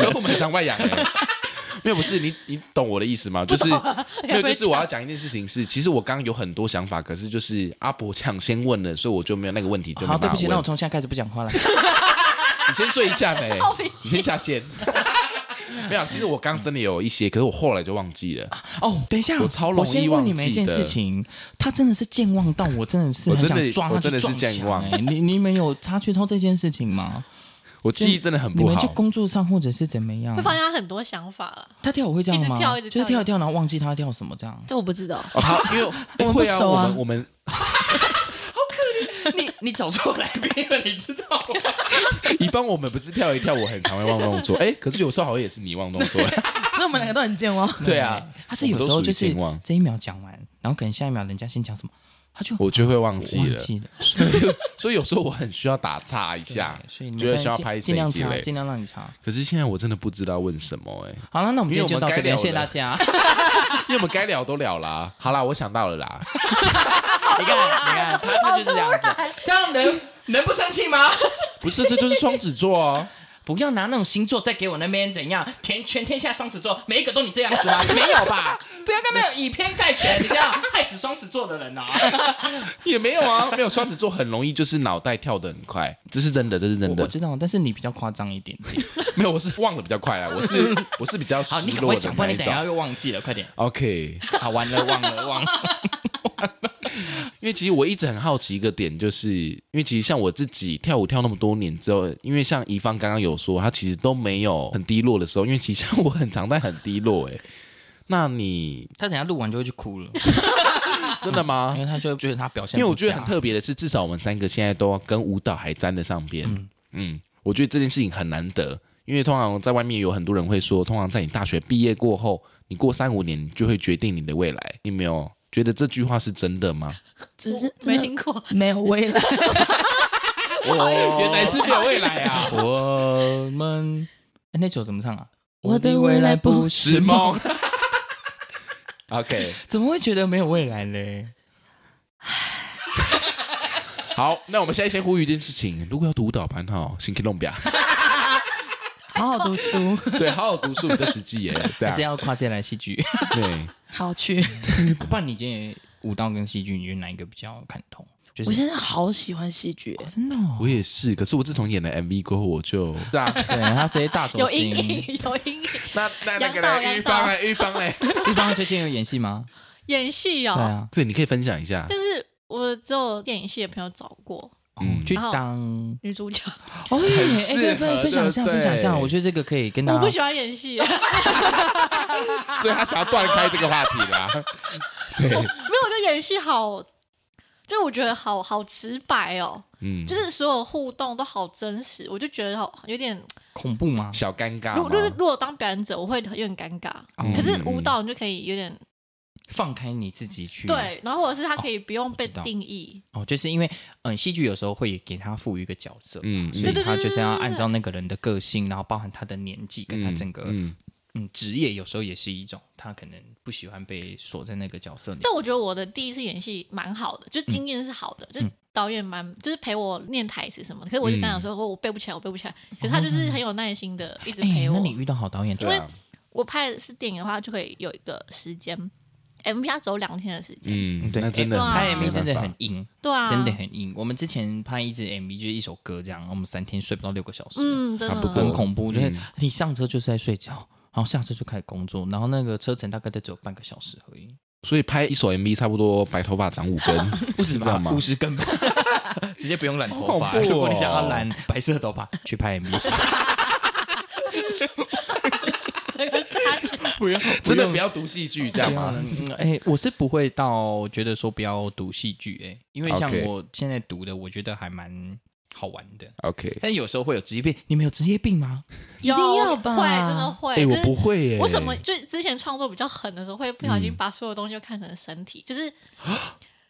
A: 可 我们很常外扬欸。没有不是你，你懂我的意思吗？就是 没有，就是我要讲一件事情是，其实我刚刚有很多想法，可是就是阿伯抢先问了，所以我就没有那个问题就没
C: 好，
A: 办
C: 对
A: 法
C: 不起，那我
A: 问。
C: 从现在开始不讲话了。
A: 你先睡一下 没
D: 靠北？
A: 你先下线。没有，其实我刚刚真的有一些，可是我后来就忘记了。
C: 哦，等一下，
A: 我超容易
C: 先问你们一件
A: 忘记的
C: 事情，他真的是健忘到我真的是
A: 我
C: 很
A: 真的
C: 想抓他
A: 我真
C: 去
A: 的是
C: 撞
A: 健
C: 墙
A: 忘
C: 哎、你你们有察觉到这件事情吗？
A: 我记忆真的很
C: 你
A: 不
C: 们就
A: 好。哦
C: 工作上或者是怎么样
A: 嗯
D: 会？发现他很多想法了。
C: 他跳舞会这样
D: 一
C: 吗？
D: 直跳一直
C: 就是
D: 跳
C: 跳一跳，然后忘记他跳什么这样。
B: 这我不知道，
A: 哦，好，因为
B: 我们不
A: 会啊，
B: 熟啊
A: 我们我们
C: 你你走错来宾了，你知道吗？
A: 一般我们不是跳一跳，我很常会忘动作。哎，可是有时候好像也是你忘动 作。
B: 所以我们两个都很健忘。
A: 对啊，
C: 他是有时候就
A: 我们
C: 是
A: 都属于健忘
C: 这一秒讲完，然后可能下一秒人家先讲什么，他就
A: 我就会忘记
C: 忘
A: 了，
C: 记了。
A: 所以有时候我很需要打岔一下
C: 对，所以你
A: 啊觉
C: 们
A: 得需要拍
C: 尽量
A: 谁之
C: 查，
A: 类
C: 尽量让你查。
A: 可是现在我真的不知道问什么哎、
C: 好了，那我们今
A: 因
C: 天
A: 为
C: 就
A: 我们
C: 到这边，
A: 该聊了
C: 谢谢大家。
A: 因为我们该聊都聊啦。好啦，我想到了啦，
C: 你看，你看，他他就是这样子， 这样能能不生气吗？
A: 不是，这就是双子座哦。
C: 不要拿那种星座再给我那边怎样，全全天下双子座每一个都你这样 子吗？没有吧？不要跟没有以偏概全，你这样害死双子座的人哦。
A: 也没有啊，没有双子座很容易就是脑袋跳得很快，这是真的，这是真
C: 我我
A: 的。
C: 知道，但是你比较夸张一点。
A: 没有，我是忘得比较快啊，我 是我是比较
C: 好，你
A: 失
C: 赶
A: 落
C: 快
A: 的
C: 讲，不
A: 那
C: 然
A: 一
C: 你等一下
A: 种。
C: 又忘记了，快点。
A: OK，
C: 好，完了，忘了，忘了。
A: 因为其实我一直很好奇一个点，就是因为其实像我自己跳舞跳那么多年之后，因为像怡芳刚刚有说，她其实都没有很低落的时候，因为其实像我很常在很低落、欸，哎，那你
C: 他等一下录完就会去哭了，
A: 真的吗
C: 因？为他就觉得他表现
A: 因为我
C: 不
A: 觉得
C: 佳
A: 很特别的是，至少我们三个现在都跟舞蹈还沾得上边。嗯我觉得这件事情很难得，因为通常在外面有很多人会说，通常在你大学毕业过后，你过三五年，你就会决定你的未来。你有没有觉得这句话是真的吗？
B: 只是
D: 没听过，
B: 没有未来，
A: 哦，原来是没有未来啊！
C: 我们、哎那首怎么唱啊？
B: 我的未来不
A: 是梦。OK，
C: 怎么会觉得没有未来嘞？
A: 好，那我们现在先呼吁一件事情：如果要读舞蹈班哈，新 K 弄表，
B: 好好读书，
A: 对，好好读书，你的实际耶，对
C: 还
A: 啊
C: 是，要跨界来戏剧？
A: 对，
B: 好去。
C: 不然你今天舞蹈跟戏剧，你觉得哪一个比较看头？就
B: 我
C: 是
B: 现在好喜欢戏剧，
C: 真 的、哦，
A: 我也是。可是我自从演了 MV 过后，我就对啊，
C: 对他直接大走
D: 有
C: 心。
D: 阴影，有阴影。
A: 那那那个
D: 杨导
A: 嘞，玉
D: 杨
A: 芳
D: 导
A: 嘞，玉芳嘞，
C: 对方最近有演戏吗？
D: 演戏
C: 对
D: 哦，
C: 啊，
A: 对，你可以分享一下。
D: 但是我只有电影系的朋友找过
A: 嗯
C: 嗯，去当
D: 女主角，
C: 哦，
A: 很
C: 哎，
A: 适合
C: 对分分享一下，
A: 对不对
C: 分享一下，我觉得这个可以跟大
D: 我
C: 家
D: 不。喜欢 演戏，没
A: 所以他想要断开这个话题啊啦。对，
D: 有，就演戏好，就我觉得好好直白哦，
A: 嗯，
D: 就是所有互动都好真实，我就觉得好有点，
C: 恐怖吗？
A: 小尴尬
D: 如
A: 嘛
D: 果就是如果当表演者，我会有点尴尬。
A: 嗯
D: 可是舞蹈你就可以有点
C: 嗯放开你自己去。，
D: 对，然后或者是他可以不用被
C: 哦我知道
D: 定义，
C: 哦，就是因为嗯，戏剧有时候会给他赋予一个角色，
A: 嗯
C: 所以
D: 对对
C: 他
D: 对
C: 就是要
D: 对对
C: 按照那个人的个性，然后包含他的年纪跟他整个
A: 嗯
C: 嗯职业，有时候也是一种他可能不喜欢被锁在那个角色里。
D: 但我觉得我的第一次演戏蛮好的，
A: 嗯
D: 就经验是好的，就导演蛮就是陪我念台词什么的。可是我就跟他
A: 嗯
D: 讲说，哦我背不起来，我背不起来。可是他就是很有耐心的一直
C: 哎
D: 陪我
C: 那。你遇到好导演，
A: 对啊
D: 我拍的是电影的话，就可以有一个时间，MV 要走两天的时间。
A: 嗯，
C: 对
A: 那真的
D: 哎
C: 拍
D: 对啊
A: 没
C: MV 真的
A: 办法
C: 很硬，
D: 对啊，
C: 真的很硬。我们之前拍一支 MV 就是一首歌这样，我们三天睡不到六个小时，
D: 嗯，真的
A: 差不多
C: 很恐怖。就是
A: 嗯
C: 你上车就是在睡觉，然后下车就开始工作，然后那个车程大概都只有半个小时而已，
A: 所以拍一首 MV 差不多白头发长五 根，
C: 不止
A: 这样吗
C: 五？十根吧，直接不用染头
A: 好
C: 发。
A: 恐怖哦
C: 如果你想要染白色头发，去拍 MV，
D: 这个差起来。
C: 不用，
A: 真的不要读戏剧 这样
C: 吗？
A: 吗？
C: 嗯哎、我是不会到觉得说不要读戏剧，哎，因为像
A: OK
C: 我现在读的，我觉得还蛮好玩的。
A: ？OK，
C: 但有时候会有职业病，你们有职业病吗？
B: 一定要吧
D: 会真的会。
A: 哎，
D: 就
A: 我
D: 是
A: 不会耶，嗯
D: 我什么？就之前创作比较狠的时候，会不小心把所有东西都看成身体，就是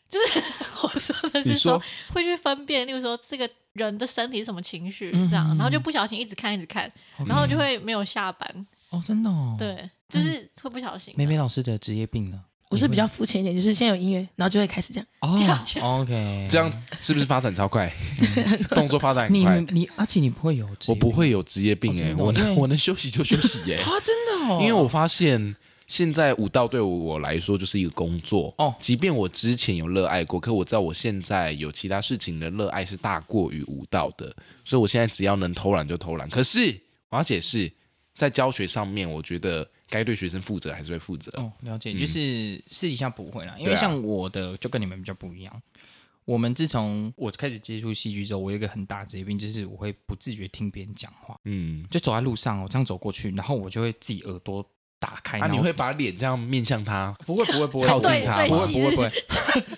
D: 就是 我说的
A: 啊你
D: 是
A: 说
D: 会去分辨，例如说这个人的身体是什么情绪
A: 嗯
D: 这样，然后就不小心一直看一直看，然后就会没有下班，
C: 哦，真的哦。，
D: 对，就是会不小心的。
C: 美美老师的职业病呢？
B: 我是比较肤浅一点，就是先有音乐，然后就会开始这样。
C: 哦
D: 跳起来
C: ，OK，
A: 这样是不是发展超 快？动作发展很
C: 你
A: 快。
C: 你阿奇你不会有职
A: 我
C: 业病，
A: 不会有职业病
C: 哦
A: 哎，
C: 真的哦
A: 我
C: 因为
A: 能我能休息就休息耶。
C: 啊，真的哦，
A: 因为我发现现在舞蹈对我来说就是一个工作
C: 哦
A: 即便我之前有热爱过，可我知道我现在有其他事情的热爱是大过于舞蹈的，所以我现在只要能偷懒就偷懒。可是我要解释，在教学上面，我觉得该对学生负责还是会负责。
C: 哦，了解，就是私底下不会啦，因为
A: 对啊
C: 像我的就跟你们比较不一样。我们自从我开始接触戏剧之后，我有一个很大的职业病，就是我会不自觉听别人讲话，
A: 嗯，
C: 哦就走在路上，我这样走过去，然后我就会自己耳朵打开，
A: 啊，
C: 哎然
A: 你
C: 后
A: 会把脸这样面向他，
C: 不会不会不会
A: 靠近他
C: 不
A: 吗
C: 会不会 不会，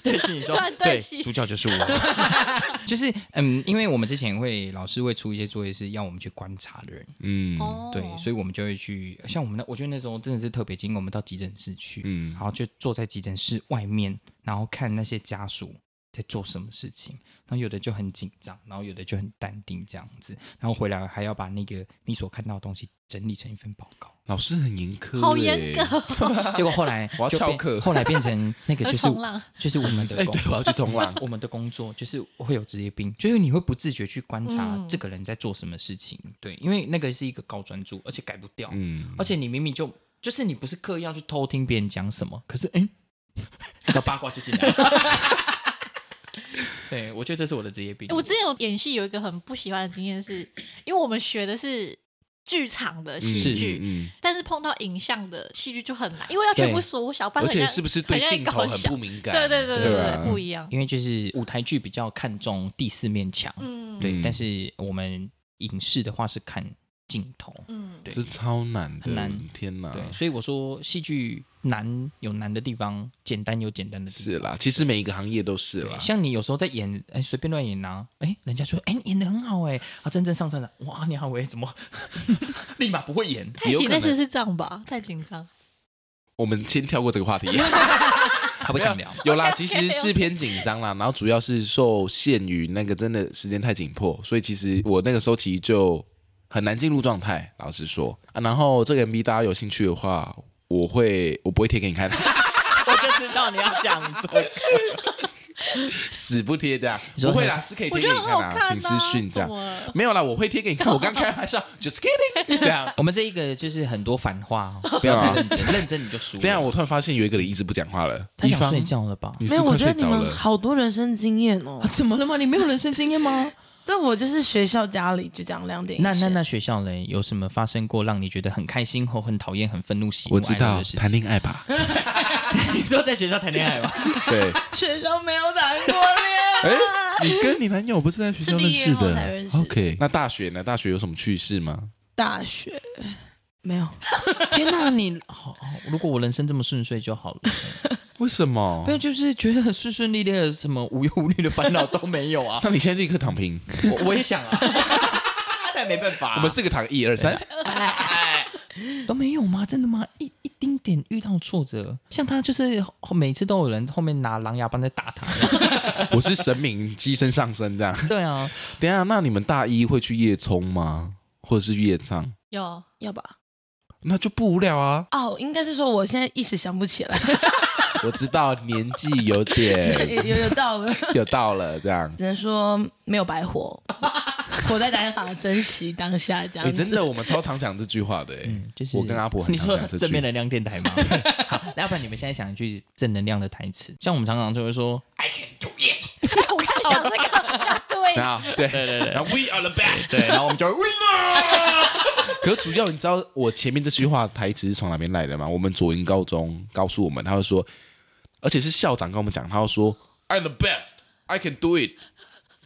C: 对戏你说
D: 突然对
C: 对
D: 戏
C: 主角就是我， 就是嗯，因为我们之前会老师会出一些作业是要我们去观察的人，
A: 嗯，
D: 哦，
C: 对，所以我们就会去像我们那，我觉得那时候真的是特别经过我们到急诊室去，
A: 嗯
C: 然后就坐在急诊室外面，然后看那些家属在做什么事情，然后有的就很紧张，然后有的就很淡定这样子，然后回来还要把那个你所看到的东西整理成一份报 告，
A: 老师很严苛，欸
D: 好严格。
C: 结果后来
A: 我要
C: 就
A: 翘
C: 变
A: 课
C: 后来变成那个
D: 要
C: 就是
D: 冲浪，
C: 就是我 们的
A: 哎，
C: 工。
A: 对，我要去冲浪
C: 我们的工作就是会有职业病，就是你会不自觉去观察
D: 嗯
C: 这个人在做什么事情，对，因为那个是一个高专注，而且改不掉，
A: 嗯，
C: 而且你明明就就是你不是刻意要去偷听别人讲什么，可是哎，那、八卦就进来了。 对，我觉得这是我的职业病
D: 欸。我之前有演戏有一个很不喜欢的经验是，因为我们学的是剧场的戏
A: 是
D: 剧，
A: 嗯嗯
D: 但是碰到影像的戏剧就很难，因为要全部
C: 对
D: 缩小，不然
A: 而
D: 很
A: 且
D: 像
A: 是不是对
D: 像一
A: 镜
D: 个
A: 头
D: 很
A: 很
D: 小
A: 不敏感？
D: 对对对对
A: 对啊
D: 对，
A: 吧
D: 不一样。
C: 因为就是舞台剧比较看重第四面墙，
D: 嗯，
C: 对，
A: 嗯
C: 但是我们影视的话是看镜头，
D: 嗯，
C: 对
A: 这超难的，
C: 很难
A: 天哪！
C: 对，所以我说戏剧难有难的地方，简单有简单的地方。
A: 是啦，其实每一个行业都是
C: 对
A: 啦。
C: 像你有时候在演，哎，随便乱演啊，哎，人家说，哎，你演的很好，哎，啊，真正上阵了，哇，你好，喂，怎么 立马不会演？
D: 太
A: 有
D: 紧
A: 可
D: 那次
A: 能
D: 是这样吧？太紧张，
A: 我们先跳过这个话题。
C: 他不想聊，
A: 有啦，
D: OK，OK，
A: 其实
D: OK
A: 是偏紧张啦，然后主要是受限于那个真的时间太紧迫，所以其实我那个时候其实就很难进入状态，老实说。啊、然后这个 MV 大家有兴趣的话，我会我不会贴给你看，
C: 我就知道你要讲这个。
A: 死不贴这样，
C: 你说
A: 不会啦，是可以
D: 我
A: 贴给
D: 觉
A: 你
D: 得很好
A: 看啊，
D: 看
A: 请
D: 啊，
A: 私讯这
D: 怎
A: 样。
D: 么了？
A: 没有啦，我会贴给你看，我刚开玩笑 ，just kidding，这样。
C: 我们这一个就是很多反话 哦，不要太认真，认真你就输了。
A: 等一下，我突然发现有一个人一直不讲话了，
C: 他
A: 一
C: 想
A: 方
C: 睡，觉了吧？
A: 你
B: 没
A: 是
B: 有，
A: 快
B: 我觉
A: 睡
B: 得你
A: 着
B: 们
A: 了。
B: 好多人生经验哦
C: 啊，。怎么了吗？你没有人生经验吗？
B: 对我就是学校家里就这样两点一线。
C: 那那那学校嘞，有什么发生过让你觉得很开心或很讨厌、很愤怒、喜
A: 哦
C: 怒
A: 我知
C: 哀乐
A: 道
C: 的事
A: 谈
C: 情？
A: 恋爱 吧，
C: 你说在学校谈恋爱吗？
A: 对，
B: 学校没有谈过恋
A: 哎、你跟你男友不是在学校认识
B: 是毕业后才
A: 的
B: 认识
A: o k 那大学呢？大学有什么趣事吗？
B: 大学 没有，
C: 天哪，你好，好 如果我人生这么顺遂就好了。
A: 为什么。
C: 没？有，就是觉得很顺顺利利的，什么无忧无虑的烦恼都没有啊
A: 那你现在立刻躺平。
C: 我我也想 啊，但没办法啊、
A: 我们四个躺一二
B: 哎
A: 三，
C: 都没有吗？真的吗？一一丁点遇到挫折，像他就是后每次都有人后面拿狼牙棒在打 他。
A: 我是神明机身上身 这样。
C: 对啊，
A: 等一下，那你们大一会去夜冲吗？或者是夜唱？
D: 有
B: 要吧？！
A: 那就不无聊啊
B: 哦，应该是说我现在一时想不起来，
A: 我知道年纪有
B: 有
A: 点
B: 有有到了，
A: 有到了这样。
B: 只能说没有白活， 活在当下，珍惜当下这
A: 哎、
B: 样子。
A: 真的，我们超常讲这句话的、欸。
C: 嗯，就是
A: 我跟阿婆很
C: 你
A: 常
C: 说
A: 讲这
C: 正面
A: 句。
C: 能量电台 吗？好，那要不然你们现在想一句正能量的台词，像我们常常就会说 “I can do it”，
D: 我刚想这个 just do it，
A: 然后对
C: 对对对
A: 然后 We are the best。
C: 对，然后我们就 会 “winner”。
A: 可主要你知道我前面这句话台词是从哪边来的吗？我们左营高中告诉我们，他会说，而且是校长跟我们讲，他会说，I'm the best, I can do it。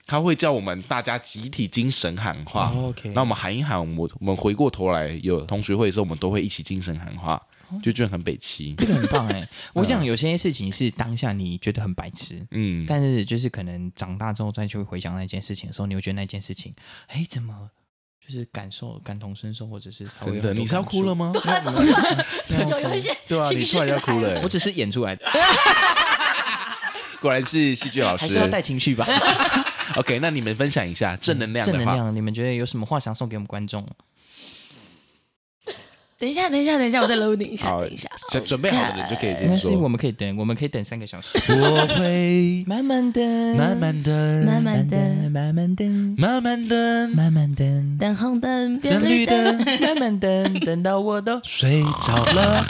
A: 他会叫我们大家集体精神喊话。
C: 哦，OK
A: 那我们喊一喊，我们我们回过头来有同学会的时候，我们都会一起精神喊话，就觉得很北齐。
C: 这个很棒哎、 我讲有些事情是当下你觉得很白痴，
A: 嗯，
C: 但是就是可能长大之后再去回想那件事情的时候，你会觉得那件事情，哎，怎么就是感受感同身受，或者是
A: 真的，你是要哭了
C: 吗？
A: 吗？
D: 他怎么办？
C: 没有
D: 有有一些
A: 对啊，
D: 情
A: 你
D: 绪
A: 突然要哭了、
D: 来
C: 我
A: 欸，
C: 只是演出来的，
A: 果然是戏剧老
C: 还
A: 师
C: 是。要带情绪吧。
A: OK，那你们分享一下正能量
C: 正
A: 的
C: 能
A: 话，
C: 量，你们觉得有什么话想送给我们观众？
B: 等一下，等一下，等一下，我再 loading 一下，
A: 好
B: 等一下。
A: 想准备好的人就可以
C: 没关
A: 先
C: 系，
A: 说。
C: 我们可以等，我们可以等三个小时，
A: 我会
C: 慢慢等，
A: 慢慢等，
B: 慢慢
C: 等，
B: 等
C: 慢慢等，
A: 慢慢等，
C: 慢慢等，
B: 等红灯变
A: 等绿
B: 绿灯，
A: 灯，
C: 慢慢等，等到我都
A: 睡着了。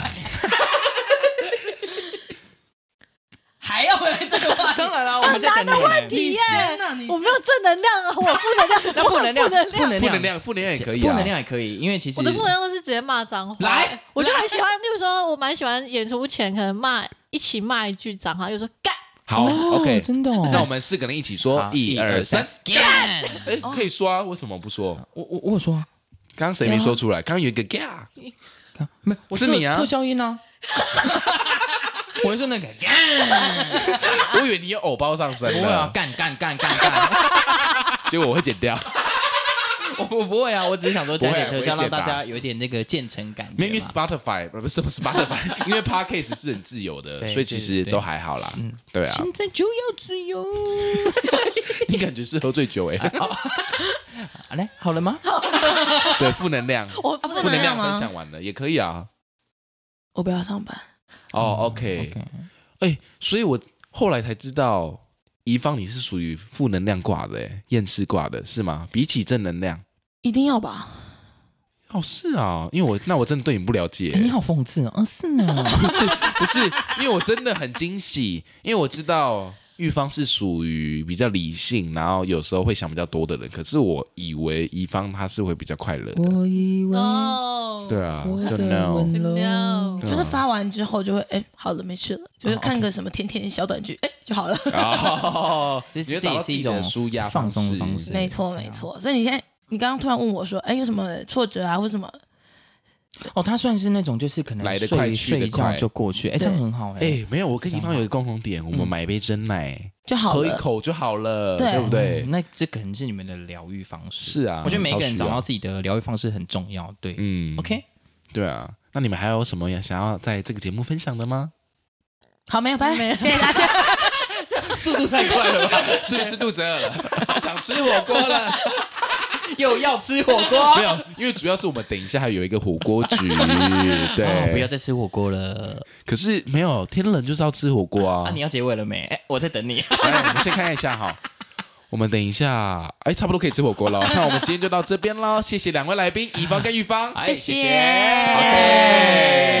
B: 还要回来这个话题？
C: 当然了，我们在等你 们。
B: 天哪，啊你
D: 我没有正能量啊，我负能量，
C: 那负能量，
D: 我很负能量。
A: 负能量，负能量也可以啊。
C: 负能量也可以，因为其实
D: 我的负能量都是直接骂脏话，
C: 来，
D: 我就很喜欢，例如说，我蛮喜欢演出前可能骂一起骂一句脏话，就说干，
A: 好
C: 哦
A: ，OK，
C: 真的哦
A: 那我们四个人一起说
C: 好，
A: 一二三。
C: 干！
A: 哎，可以说啊，为什么不说？
C: 我我我有说啊，
A: 刚刚谁没说出来？刚刚有一个 ga，
C: 没有，我
A: 是你啊
C: 特效音啊。我会说那个干，
A: 我以为你有偶包上身
C: 不会啊
A: 了，，
C: 干干干 干干，
A: 结果我会剪掉。
C: 我我不会啊，我只是想说加点
A: 不会
C: 特效，
A: 我会
C: 让
A: 解答
C: 大家有一点那个渐层感觉嘛。
A: Maybe Spotify 呃不是不 是 Spotify，因为 Podcast 是很自由的，
C: 对
A: 所以其实
C: 对对对嗯
A: 都还好啦。对啊，
C: 现在就要自由。
A: 你感觉是喝醉酒哎，
C: 好嘞，啊好了吗？
A: 对，负能量，
B: 我不
A: 负能量分
B: 吗？
A: 享完了也可以啊。
B: 我不要上班，
C: 嗯
A: 哦，OK，哎，所以我后来才知道，怡芳你是属于负能量挂的，哎，厌世挂的是吗？比起正能量，
B: 一定要吧？
A: 哦，是啊，因为我那我真的对你不了解
C: 哎，。你好讽刺哦。嗯，是 呢。
A: 不是不是，因为我真的很惊喜，因为我知道玉芳是属于比较理性，然后有时候会想比较多的人，可是我以为怡芳她是会比较快乐的，
C: 我以为
D: 哦，
A: 对啊，
C: 我
A: 就
C: 的
A: no，
C: 温柔
D: No
A: 对啊啊
B: 就是发完之后就会，哎，好了，没事了，就是看个什么甜甜的小短剧，哎，就好了。
A: 哦，
C: 这是
A: 你会找到自己的
C: 这也是一种
A: 舒压
C: 放松
A: 式
C: 方式
B: 没错，没
A: 啊
B: 错。所以你现在，你刚刚突然问我说，哎，有什么挫折啊，或什么？
C: 哦，他算是那种就是可能
A: 来得
C: 睡
A: 快去得
C: 睡一觉
A: 快
C: 就过去，哎，这样
B: 对
C: 很好哎。
A: 哎，没有，我跟怡芳有一个共同点，我们买一杯真奶，
B: 就好
A: 喝一
B: 了。
A: 口就好了，
B: 对
A: 对不对
C: 嗯？那这可能是你们的疗愈方式。
A: 是啊，
C: 我觉得每个人
A: 超需
C: 找
A: 要
C: 到，自己的疗愈方式很重要。对
A: 嗯
C: ，OK，
A: 对啊。那你们还有什么想要在这个节目分享的 吗？
B: 好，没有，拜
D: 没
B: 拜，
D: 有
B: 谢谢大家。
A: 速度太快了吧？ 是不是肚子饿了？ 好想吃火锅了？
C: 又要吃火 锅
A: 没有，因为主要是我们等一下还有一个火锅 局，对、
C: 哦，不要。再吃火锅了。
A: 可是没有天冷就是要吃火锅啊。
C: 啊，你
A: 来，
C: 要结尾了没？哎，我在 等你。
A: 我们先看一下哈。我们等一下，哎，差不多可以吃火锅 了。那我哎们今天就到这边喽，谢谢两位来宾，乙方跟玉芳。
C: 哎，
B: 谢谢
A: OK。